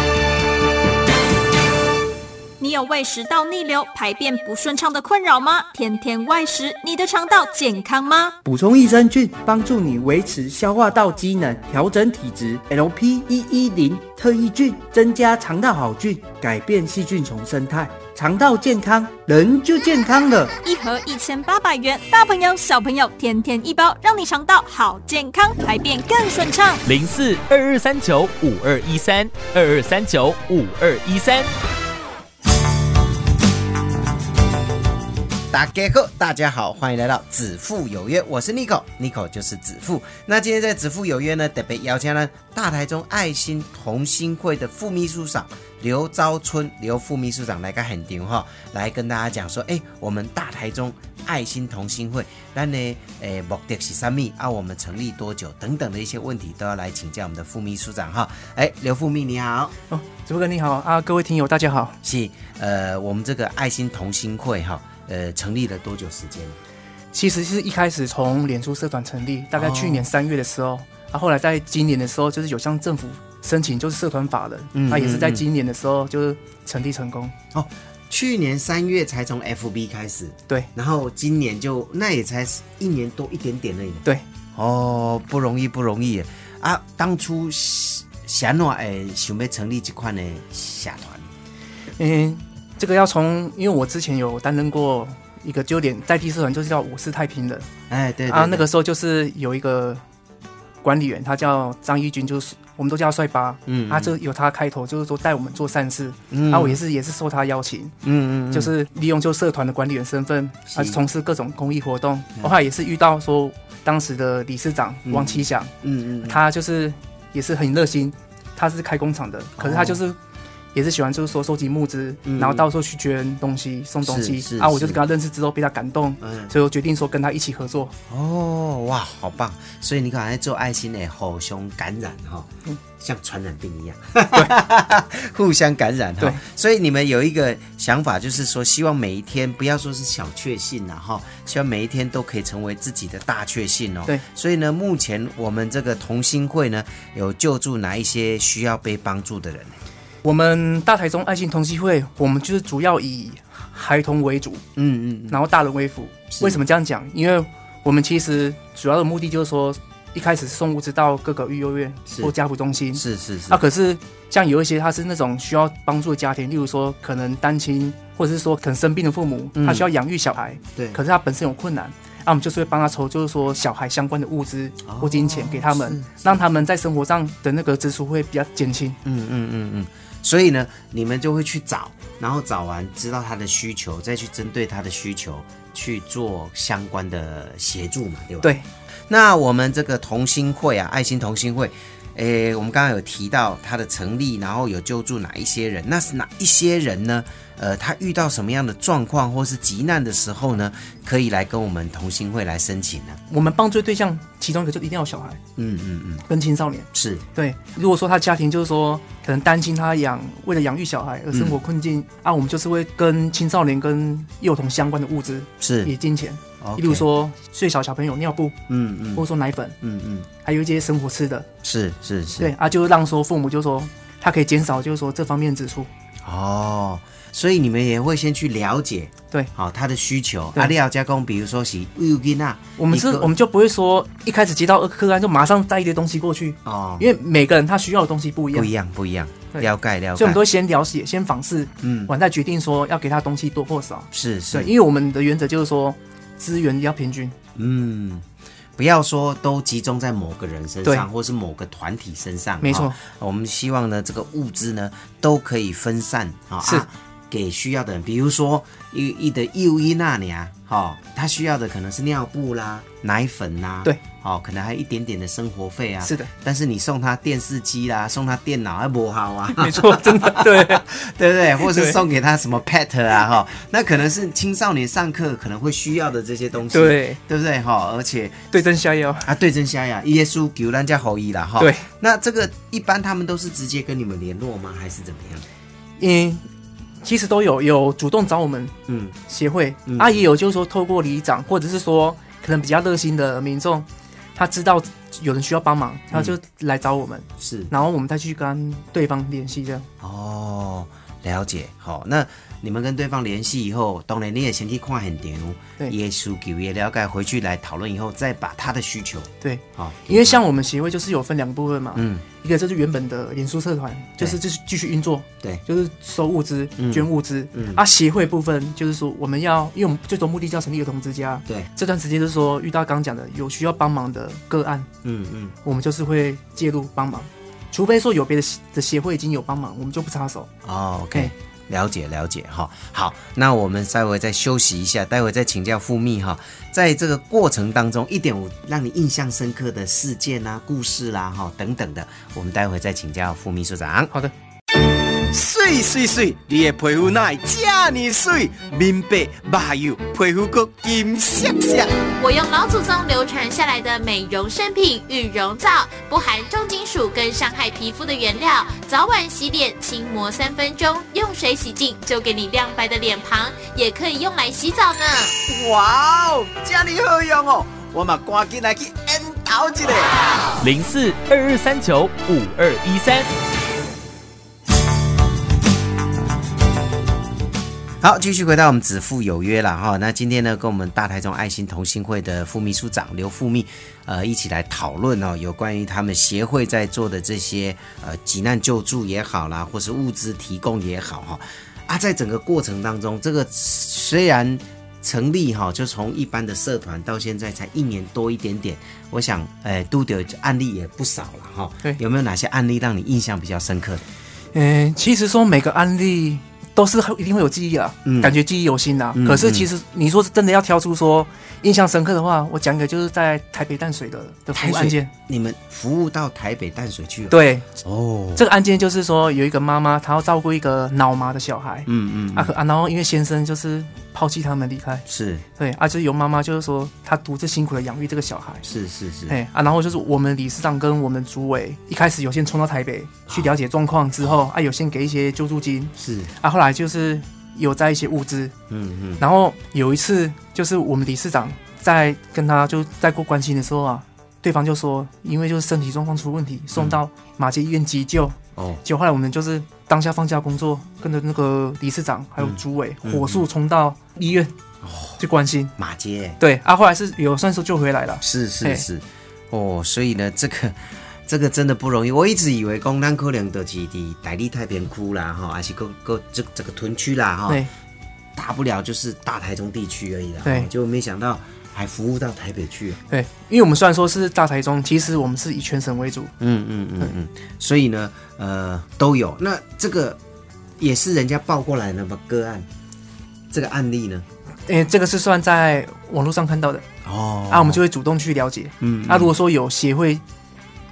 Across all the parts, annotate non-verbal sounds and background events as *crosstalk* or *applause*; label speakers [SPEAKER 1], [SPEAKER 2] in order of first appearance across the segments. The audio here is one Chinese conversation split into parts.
[SPEAKER 1] 你有胃食道逆流、排便不顺畅的困扰吗？天天外食，你的肠道健康吗？
[SPEAKER 2] 补充益生菌，帮助你维持消化道机能，调整体质。LP 一一零特异菌增加肠道好菌，改变细菌丛生态，肠道健康，人就健康了。
[SPEAKER 1] 一盒一千八百元，大朋友小朋友天天一包，让你肠道好健康，排便更顺畅。
[SPEAKER 3] 零四二二三九五二一三二二三九五二一三。
[SPEAKER 4] 打给后，大家好，欢迎来到子父有约，我是 Nico，Nico 就是子父。那今天在子父有约呢，特别邀请呢大台中爱心同心会的副秘书长刘昭春，刘副秘书长来个很牛哈，来跟大家讲说，哎，我们大台中爱心同心会，那呢，诶，目的是什么？啊，我们成立多久？等等的一些问题都要来请教我们的副秘书长哈。哎，刘副秘你好。
[SPEAKER 2] 哦，主播哥你好啊，各位听友大家好。
[SPEAKER 4] 是呃，我们这个爱心同心会哈，呃，成立了多久时间？
[SPEAKER 2] 其实是一开始从脸书社团成立，大概去年三月的时候，啊，后来在今年的时候，就是有向政府申请，就是社团法人，
[SPEAKER 4] 嗯
[SPEAKER 2] 那也是在
[SPEAKER 4] 嗯嗯
[SPEAKER 2] 今年的时候就是成立成功。
[SPEAKER 4] 哦，去年三月才从 FB 开始，
[SPEAKER 2] 对
[SPEAKER 4] 然后今年就那也才一年多一点点而已。
[SPEAKER 2] 对，
[SPEAKER 4] 哦，不容易，不容易耶啊！当初想诺诶，想要成立这款的社团，
[SPEAKER 2] 嗯，这个要从，因为我之前有担任过一个就连在地社团，就是叫我是太平人
[SPEAKER 4] 哎，对对
[SPEAKER 2] 啊，那
[SPEAKER 4] 对
[SPEAKER 2] 个时候就是有一个管理员，他叫张义军，就是我们都叫他帅八，
[SPEAKER 4] 嗯
[SPEAKER 2] 啊，就由他开头，就是说带我们做善事，
[SPEAKER 4] 嗯
[SPEAKER 2] 啊，我也是也是受他邀请，
[SPEAKER 4] 嗯嗯，嗯
[SPEAKER 2] 就是利用就社团的管理员身份，啊，从事各种公益活动。
[SPEAKER 4] 嗯
[SPEAKER 2] 我后来也是遇到说当时的理事长
[SPEAKER 4] 嗯
[SPEAKER 2] 王启祥，
[SPEAKER 4] 嗯嗯，
[SPEAKER 2] 他就是也是很热心，他是开工厂的，可是他就是。也是喜欢，就是说收集募资，
[SPEAKER 4] 哦嗯
[SPEAKER 2] 然后到处去捐东西、送东西
[SPEAKER 4] 是是
[SPEAKER 2] 啊！我就是跟他认识之后，被他感动，
[SPEAKER 4] 嗯
[SPEAKER 2] 所以我决定说跟他一起合作。
[SPEAKER 4] 哦，哇，好棒！所以你看，在哎做爱心的互相感染哈、像传染病一样，互相感染哈、
[SPEAKER 2] 对
[SPEAKER 4] 所以你们有一个想法，就是说，希望每一天不要说是小确幸了、哈，希望每一天都可以成为自己的大确幸哦。
[SPEAKER 2] 对，
[SPEAKER 4] 所以呢，目前我们这个同心会呢，有救助哪一些需要被帮助的人？
[SPEAKER 2] 我们大台中爱心同心会，我们就是主要以孩童为主，
[SPEAKER 4] 嗯嗯嗯，
[SPEAKER 2] 然后大人为辅。
[SPEAKER 4] 是
[SPEAKER 2] 为什么这样讲？因为我们其实主要的目的就是说，一开始送物资到各个育幼院
[SPEAKER 4] 是
[SPEAKER 2] 或家扶中心。
[SPEAKER 4] 是是是，
[SPEAKER 2] 啊，可是像有一些他是那种需要帮助的家庭，例如说可能单亲，或者是说可能生病的父母，
[SPEAKER 4] 嗯
[SPEAKER 2] 他需要养育小孩，
[SPEAKER 4] 对，
[SPEAKER 2] 可是他本身有困难。啊，我们就是会帮他筹，就是说小孩相关的物资
[SPEAKER 4] 哦
[SPEAKER 2] 或金钱给他们，让他们在生活上的那个支出会比较减轻。
[SPEAKER 4] 嗯嗯嗯嗯，所以呢，你们就会去找，然后找完知道他的需求，再去针对他的需求去做相关的协助嘛，对吧？。
[SPEAKER 2] 对，
[SPEAKER 4] 那我们这个同心会啊，爱心同心会，诶，我们刚刚有提到它的成立，然后有救助哪一些人？那是哪一些人呢？呃，他遇到什么样的状况或是急难的时候呢，可以来跟我们同心会来申请呢？
[SPEAKER 2] 我们帮助的对象其中一个就一定要有小孩
[SPEAKER 4] 嗯嗯嗯，
[SPEAKER 2] 跟青少年。
[SPEAKER 4] 是，
[SPEAKER 2] 对，如果说他家庭就是说可能担心他养为了养育小孩而生活困境、
[SPEAKER 4] 嗯
[SPEAKER 2] 啊，我们就是会跟青少年跟幼童相关的物资
[SPEAKER 4] 是
[SPEAKER 2] 以及金钱，
[SPEAKER 4] OK，
[SPEAKER 2] 例如说最小小朋友尿布，
[SPEAKER 4] 嗯
[SPEAKER 2] 或
[SPEAKER 4] 嗯
[SPEAKER 2] 者说奶粉，
[SPEAKER 4] 嗯嗯，
[SPEAKER 2] 还有一些生活吃的，
[SPEAKER 4] 是是是，
[SPEAKER 2] 对啊，就是让说父母就说他可以减少就是说这方面的支出，
[SPEAKER 4] 哦，所以你们也会先去了解，
[SPEAKER 2] 对
[SPEAKER 4] 好、他的需求。
[SPEAKER 2] 对
[SPEAKER 4] 阿利奥加工，比如说是乌吉娜，
[SPEAKER 2] 我们
[SPEAKER 4] 一
[SPEAKER 2] 是
[SPEAKER 4] 个
[SPEAKER 2] 我们就不会说一开始接到客案就马上带一堆东西过去，
[SPEAKER 4] 哦，
[SPEAKER 2] 因为每个人他需要的东西不一样
[SPEAKER 4] 不一，样，不一样，
[SPEAKER 2] 对
[SPEAKER 4] 了解了
[SPEAKER 2] 所以我
[SPEAKER 4] 解
[SPEAKER 2] 们都，会先了解先访视，
[SPEAKER 4] 嗯，
[SPEAKER 2] 完再决定说要给他东西多或少，
[SPEAKER 4] 是是
[SPEAKER 2] 对，，因为我们的原则就是说资源要
[SPEAKER 4] *laughs*
[SPEAKER 2] 平均。
[SPEAKER 4] 嗯。不要说都集中在某个人身
[SPEAKER 2] 对
[SPEAKER 4] 上，或是某个团体身上，
[SPEAKER 2] 没错
[SPEAKER 4] 哦我们希望呢，这个物资呢都可以分散、哦、
[SPEAKER 2] 是
[SPEAKER 4] 啊，给需要的人，比如说一一的幼婴那里啊，哦，他需要的可能是尿布啦、奶粉啦，
[SPEAKER 2] 对，
[SPEAKER 4] 哦，可能还有一点点的生活费啊，
[SPEAKER 2] 是的，
[SPEAKER 4] 但是你送他电视机啦，送他电脑还不好啊，
[SPEAKER 2] 没错，真的 *laughs* 对，
[SPEAKER 4] 对不对？或者
[SPEAKER 2] 对
[SPEAKER 4] 是送给他什么 pet 啊，哈，那可能是青少年上课可能会需要的这些东西，
[SPEAKER 2] 对，
[SPEAKER 4] 对不对？哈，而且
[SPEAKER 2] 对症下药。
[SPEAKER 4] 啊，对症下药，耶稣给人家侯一啦，哈，
[SPEAKER 2] 对，
[SPEAKER 4] 那这个一般他们都是直接跟你们联络吗？还是怎么样？
[SPEAKER 2] 嗯，其实都有有主动找我们
[SPEAKER 4] 嗯，
[SPEAKER 2] 协会，啊，也有就是说透过里长或者是说可能比较热心的民众，他知道有人需要帮忙，
[SPEAKER 4] 嗯
[SPEAKER 2] 他就来找我们，
[SPEAKER 4] 是
[SPEAKER 2] 然后我们再去跟对方联系这样。
[SPEAKER 4] 哦，了解。好，那你们跟对方联系以后，当然你也先去看很点
[SPEAKER 2] 对
[SPEAKER 4] 耶稣给也了解，回去来讨论以后，再把他的需求，
[SPEAKER 2] 对，
[SPEAKER 4] 好、哦，
[SPEAKER 2] 因为像我们协会就是有分两部分嘛，
[SPEAKER 4] 嗯，
[SPEAKER 2] 一个就是原本的脸书社团，就是就是继续运作，
[SPEAKER 4] 对，
[SPEAKER 2] 就是收物资、
[SPEAKER 4] 嗯
[SPEAKER 2] 捐物资。
[SPEAKER 4] 嗯
[SPEAKER 2] 啊，协会部分就是说我们要，因为我们最终目的叫成立儿童之家。
[SPEAKER 4] 对，
[SPEAKER 2] 这段时间就是说遇到刚讲的有需要帮忙的个案，
[SPEAKER 4] 嗯嗯，
[SPEAKER 2] 我们就是会介入帮忙，除非说有别的协的协会已经有帮忙，我们就不插手。
[SPEAKER 4] 哦，OK
[SPEAKER 2] 哎。
[SPEAKER 4] 了解了解哈，好，那我们稍微再休息一下，待会再请教傅密哈。在这个过程当中，一点五让你印象深刻的事件啊、故事啦、哈等等的，我们待会再请教傅秘书长。
[SPEAKER 2] 好的，
[SPEAKER 5] 水水水，你的皮肤哪会这呢水？明白，麻油皮肤阁金闪闪。
[SPEAKER 6] 我用老祖宗流传下来的美容圣品羽绒皂，不含重金属跟伤害皮肤的原料，早晚洗脸轻磨三分钟，用水洗净就给你亮白的脸庞，也可以用来洗澡呢。
[SPEAKER 5] 哇哦，这么好用哦！我嘛赶紧来去研讨一下。
[SPEAKER 3] 零四二二三九五二一三。
[SPEAKER 4] 好，继续回到我们子父有约了哈。那今天呢，跟我们大台中爱心同心会的副秘书长刘副秘，呃，一起来讨论哦，有关于他们协会在做的这些呃急难救助也好啦，或是物资提供也好哈。啊，在整个过程当中，这个虽然成立哈，就从一般的社团到现在才一年多一点点，我想，呃，都的案例也不少了哈。
[SPEAKER 2] 对
[SPEAKER 4] 有没有哪些案例让你印象比较深刻的？
[SPEAKER 2] 嗯，其实说每个案例都是一定会有记忆啊，
[SPEAKER 4] 嗯
[SPEAKER 2] 感觉记忆犹新啊。
[SPEAKER 4] 嗯
[SPEAKER 2] 可是其实你说是真的要挑出说印象深刻的话，我讲一个就是在台北淡水的的服
[SPEAKER 4] 台
[SPEAKER 2] 务案件
[SPEAKER 4] 水。，你们服务到台北淡水去了？
[SPEAKER 2] 对，
[SPEAKER 4] 哦，
[SPEAKER 2] 这个案件就是说有一个妈妈，她要照顾一个脑麻的小孩，
[SPEAKER 4] 嗯嗯，
[SPEAKER 2] 啊可啊，然后因为先生就是抛弃他们离开，
[SPEAKER 4] 是
[SPEAKER 2] 对，啊就是由妈妈就是说她独自辛苦的养育这个小孩，
[SPEAKER 4] 是是是，
[SPEAKER 2] 哎啊，然后就是我们理事长跟我们主委一开始有先冲到台北去了解状况之后，啊有先给一些救助金，
[SPEAKER 4] 是，
[SPEAKER 2] 啊后来就是有在一些物资，
[SPEAKER 4] 嗯嗯，
[SPEAKER 2] 然后有一次就是我们理事长在跟他就在过关心的时候啊，对方就说因为就是身体状况出问题，送
[SPEAKER 4] 嗯
[SPEAKER 2] 到马街医院急救。
[SPEAKER 4] 哦，
[SPEAKER 2] 结果后来我们就是当下放下工作，跟着那个理事长还有主委，
[SPEAKER 4] 嗯哦
[SPEAKER 2] 火速冲到医院、去关心。
[SPEAKER 4] 马街，
[SPEAKER 2] 对，啊，后来是有算是救回来了。
[SPEAKER 4] 是是
[SPEAKER 2] 嘿
[SPEAKER 4] 是，哦，所以呢，这个。这个真的不容易，我一直以为讲咱可能就是伫台立太平区啦，哈，还是各各这这个屯区啦，哈，
[SPEAKER 2] 对，
[SPEAKER 4] 大不了就是大台中地区而已啦，
[SPEAKER 2] 对
[SPEAKER 4] 哈就没想到还服务到台北去，
[SPEAKER 2] 对，因为我们虽然说是大台中，其实我们是以全省为主。
[SPEAKER 4] 嗯嗯嗯嗯，所以呢，呃，都有，那这个也是人家报过来的嘛个案，这个案例呢，
[SPEAKER 2] 诶，这个是算在网络上看到的，
[SPEAKER 4] 哦
[SPEAKER 2] 啊，我们就会主动去了解。
[SPEAKER 4] 嗯，
[SPEAKER 2] 那、如果说有协会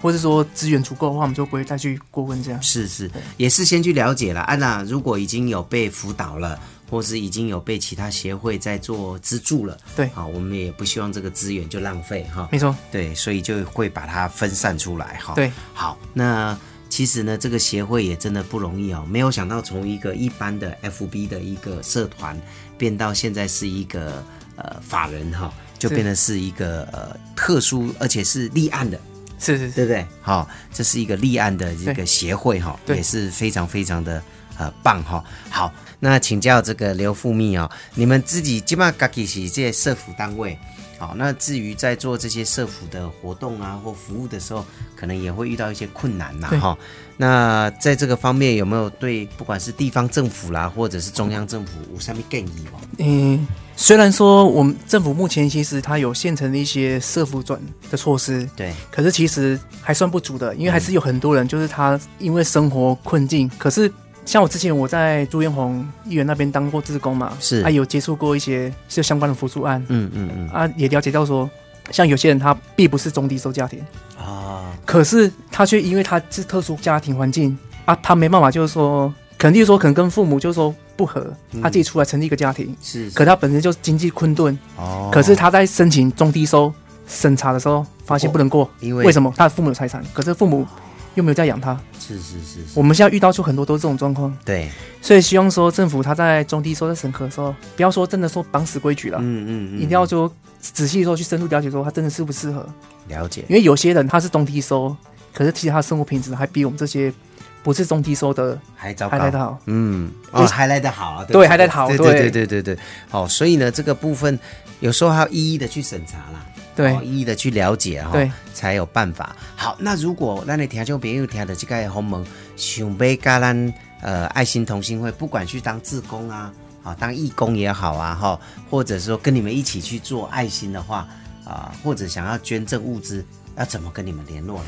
[SPEAKER 2] 或者说资源足够的话，我们就不会再去过问这样。
[SPEAKER 4] 是是，也是先去了解了。安、娜，如果已经有被辅导了，或是已经有被其他协会在做资助了，
[SPEAKER 2] 对
[SPEAKER 4] 好，我们也不希望这个资源就浪费哈。
[SPEAKER 2] 没错，
[SPEAKER 4] 对，所以就会把它分散出来哈。
[SPEAKER 2] 对，
[SPEAKER 4] 好，那其实呢，这个协会也真的不容易哦。没有想到从一个一般的 FB 的一个社团，变到现在是一个呃法人哈、就变得是一个呃特殊，而且是立案的。
[SPEAKER 2] 是是是，
[SPEAKER 4] 对不对？好、这是一个立案的这个
[SPEAKER 2] 对
[SPEAKER 4] 协会哈、
[SPEAKER 2] 对
[SPEAKER 4] 也是非常非常的呃棒哈、好，那请教这个刘富密哦，你们自己基本上自己是这些社服单位，好、那至于在做这些社服的活动啊或服务的时候，可能也会遇到一些困难呐、
[SPEAKER 2] 对
[SPEAKER 4] 哈、那在这个方面有没有对不管是地方政府啦，或者是中央政府有什么建议哦？
[SPEAKER 2] 嗯，虽然说我们政府目前其实它有现成的一些社服转的措施，
[SPEAKER 4] 对，
[SPEAKER 2] 可是其实还算不足的，因为还是有很多人就是他因为生活困境，可是像我之前我在朱彦宏议员那边当过志工嘛，
[SPEAKER 4] 是
[SPEAKER 2] 啊，有接触过一些是相关的辅助案，
[SPEAKER 4] 嗯嗯嗯
[SPEAKER 2] 啊，也了解到说，像有些人他并不是中低收家庭，
[SPEAKER 4] 啊，
[SPEAKER 2] 可是他却因为他是特殊家庭环境啊，他没办法，就是说，可能就是说，可能跟父母就是说不和，
[SPEAKER 4] 嗯
[SPEAKER 2] 他自己出来成立一个家庭，
[SPEAKER 4] 是
[SPEAKER 2] 可他本身就经济困顿，
[SPEAKER 4] 哦
[SPEAKER 2] 可是他在申请中低收审查的时候，发现不能过，
[SPEAKER 4] 哦因为
[SPEAKER 2] 为什么？他的父母有财产，可是父母又没有在养他。
[SPEAKER 4] 哦是是是是，
[SPEAKER 2] 我们现在遇到就很多都是这种状况，
[SPEAKER 4] 对，
[SPEAKER 2] 所以希望说政府他在中低收在审核的时候，不要说真的说绑死规矩了，
[SPEAKER 4] 嗯嗯嗯，
[SPEAKER 2] 一定要说仔细说去深入了解说他真的适不适合，
[SPEAKER 4] 了解，
[SPEAKER 2] 因为有些人他是中低收，可是其实他的生活品质还比我们这些不是中低收的
[SPEAKER 4] 还糟糕，
[SPEAKER 2] 还来得好。
[SPEAKER 4] 嗯，哦，
[SPEAKER 2] 为
[SPEAKER 4] 还来得好啊，
[SPEAKER 2] 对还来得好
[SPEAKER 4] 对
[SPEAKER 2] 对
[SPEAKER 4] 对对对对，好，所以呢，这个部分有时候还要一一的去审查啦，
[SPEAKER 2] 对
[SPEAKER 4] 哦一一的去了解哈，
[SPEAKER 2] 对，
[SPEAKER 4] 才有办法。好，那如果咱的听众朋友听到这个鸿蒙，想要加咱呃爱心同心会，不管去当志工啊，啊当义工也好啊，哈，或者说跟你们一起去做爱心的话啊、或者想要捐赠物资，要怎么跟你们联络呢？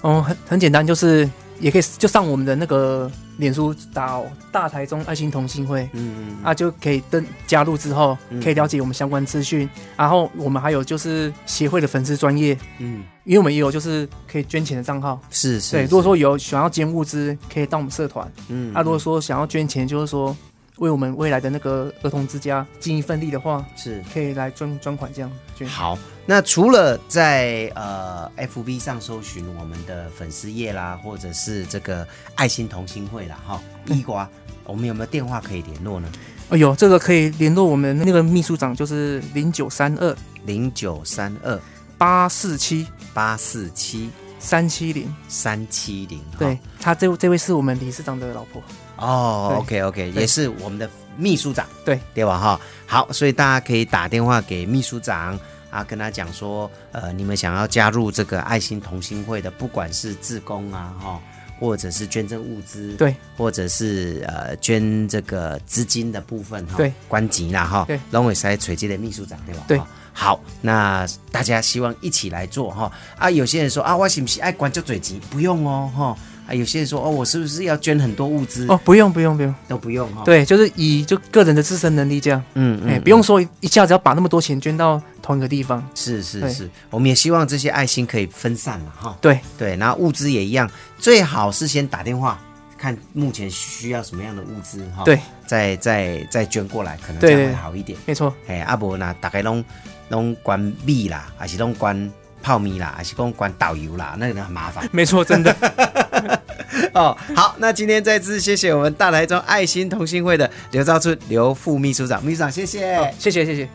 [SPEAKER 2] 哦，很很简单，就是也可以就上我们的那个脸书打大台中爱心同心会，
[SPEAKER 4] 嗯，
[SPEAKER 2] 啊，就可以登加入之后
[SPEAKER 4] 嗯，
[SPEAKER 2] 可以了解我们相关资讯。然后我们还有就是协会的粉丝专业，
[SPEAKER 4] 嗯，
[SPEAKER 2] 因为我们也有就是可以捐钱的账号。
[SPEAKER 4] 是是，
[SPEAKER 2] 对，如果
[SPEAKER 4] 是
[SPEAKER 2] 说有想要捐物资，可以到我们社团。
[SPEAKER 4] 嗯
[SPEAKER 2] 啊，如果说想要捐钱，就是说为我们未来的那个儿童之家尽一份力的话，
[SPEAKER 4] 是
[SPEAKER 2] 可以来捐捐款这样捐。
[SPEAKER 4] 好，那除了在呃 FB 上搜寻我们的粉丝页啦，或者是这个爱心同心会啦，哈，地瓜，我们有没有电话可以联络呢？
[SPEAKER 2] 哎呦，这个可以联络我们那个秘书长，就是零九三二
[SPEAKER 4] 零九三二
[SPEAKER 2] 八四七
[SPEAKER 4] 八四七
[SPEAKER 2] 三七零。
[SPEAKER 4] 三七零，哈
[SPEAKER 2] 对，她这这位是我们理事长的老婆。
[SPEAKER 4] 哦，OK
[SPEAKER 2] 对
[SPEAKER 4] OK，
[SPEAKER 2] 对
[SPEAKER 4] 也是我们的秘书长，
[SPEAKER 2] 对
[SPEAKER 4] 对吧？哈，好，所以大家可以打电话给秘书长啊，跟他讲说，呃，你们想要加入这个爱心同心会的，不管是志工啊，哈、或者是捐赠物资，
[SPEAKER 2] 对，
[SPEAKER 4] 或者是呃捐这个资金的部分哈、
[SPEAKER 2] 对，
[SPEAKER 4] 关吉啦哈，
[SPEAKER 2] 对
[SPEAKER 4] 龙尾塞垂接的秘书长对吧？
[SPEAKER 2] 对
[SPEAKER 4] 哈。好，那大家希望一起来做哈啊！有些人说啊，我是不是爱管就嘴急？不用哦哈啊！有些人说哦，我是不是要捐很多物资？
[SPEAKER 2] 哦，不用不用不用，
[SPEAKER 4] 都不用哈、哦。，
[SPEAKER 2] 对，就是以就个人的自身能力这样，
[SPEAKER 4] 嗯
[SPEAKER 2] 哎、不用说一一下子要把那么多钱捐到同一个地方，
[SPEAKER 4] 是是
[SPEAKER 2] 对
[SPEAKER 4] 是，我们也希望这些爱心可以分散了哈。
[SPEAKER 2] 对
[SPEAKER 4] 对，然后物资也一样，最好是先打电话看目前需要什么样的物资哈。
[SPEAKER 2] 对，
[SPEAKER 4] 再再再捐过来，可能这
[SPEAKER 2] 对
[SPEAKER 4] 样会
[SPEAKER 2] 对
[SPEAKER 4] 好一点。
[SPEAKER 2] 没错，
[SPEAKER 4] 嘿，啊无呐，大概拢拢关米啦，还是拢关泡面啦，还是讲关导游啦，那个很麻烦。
[SPEAKER 2] 没错，真的。
[SPEAKER 4] *laughs* 哦，好，那今天再次谢谢我们大台中爱心同心会的刘兆春刘副秘书长，秘书长谢谢。
[SPEAKER 2] *laughs* 谢谢谢谢。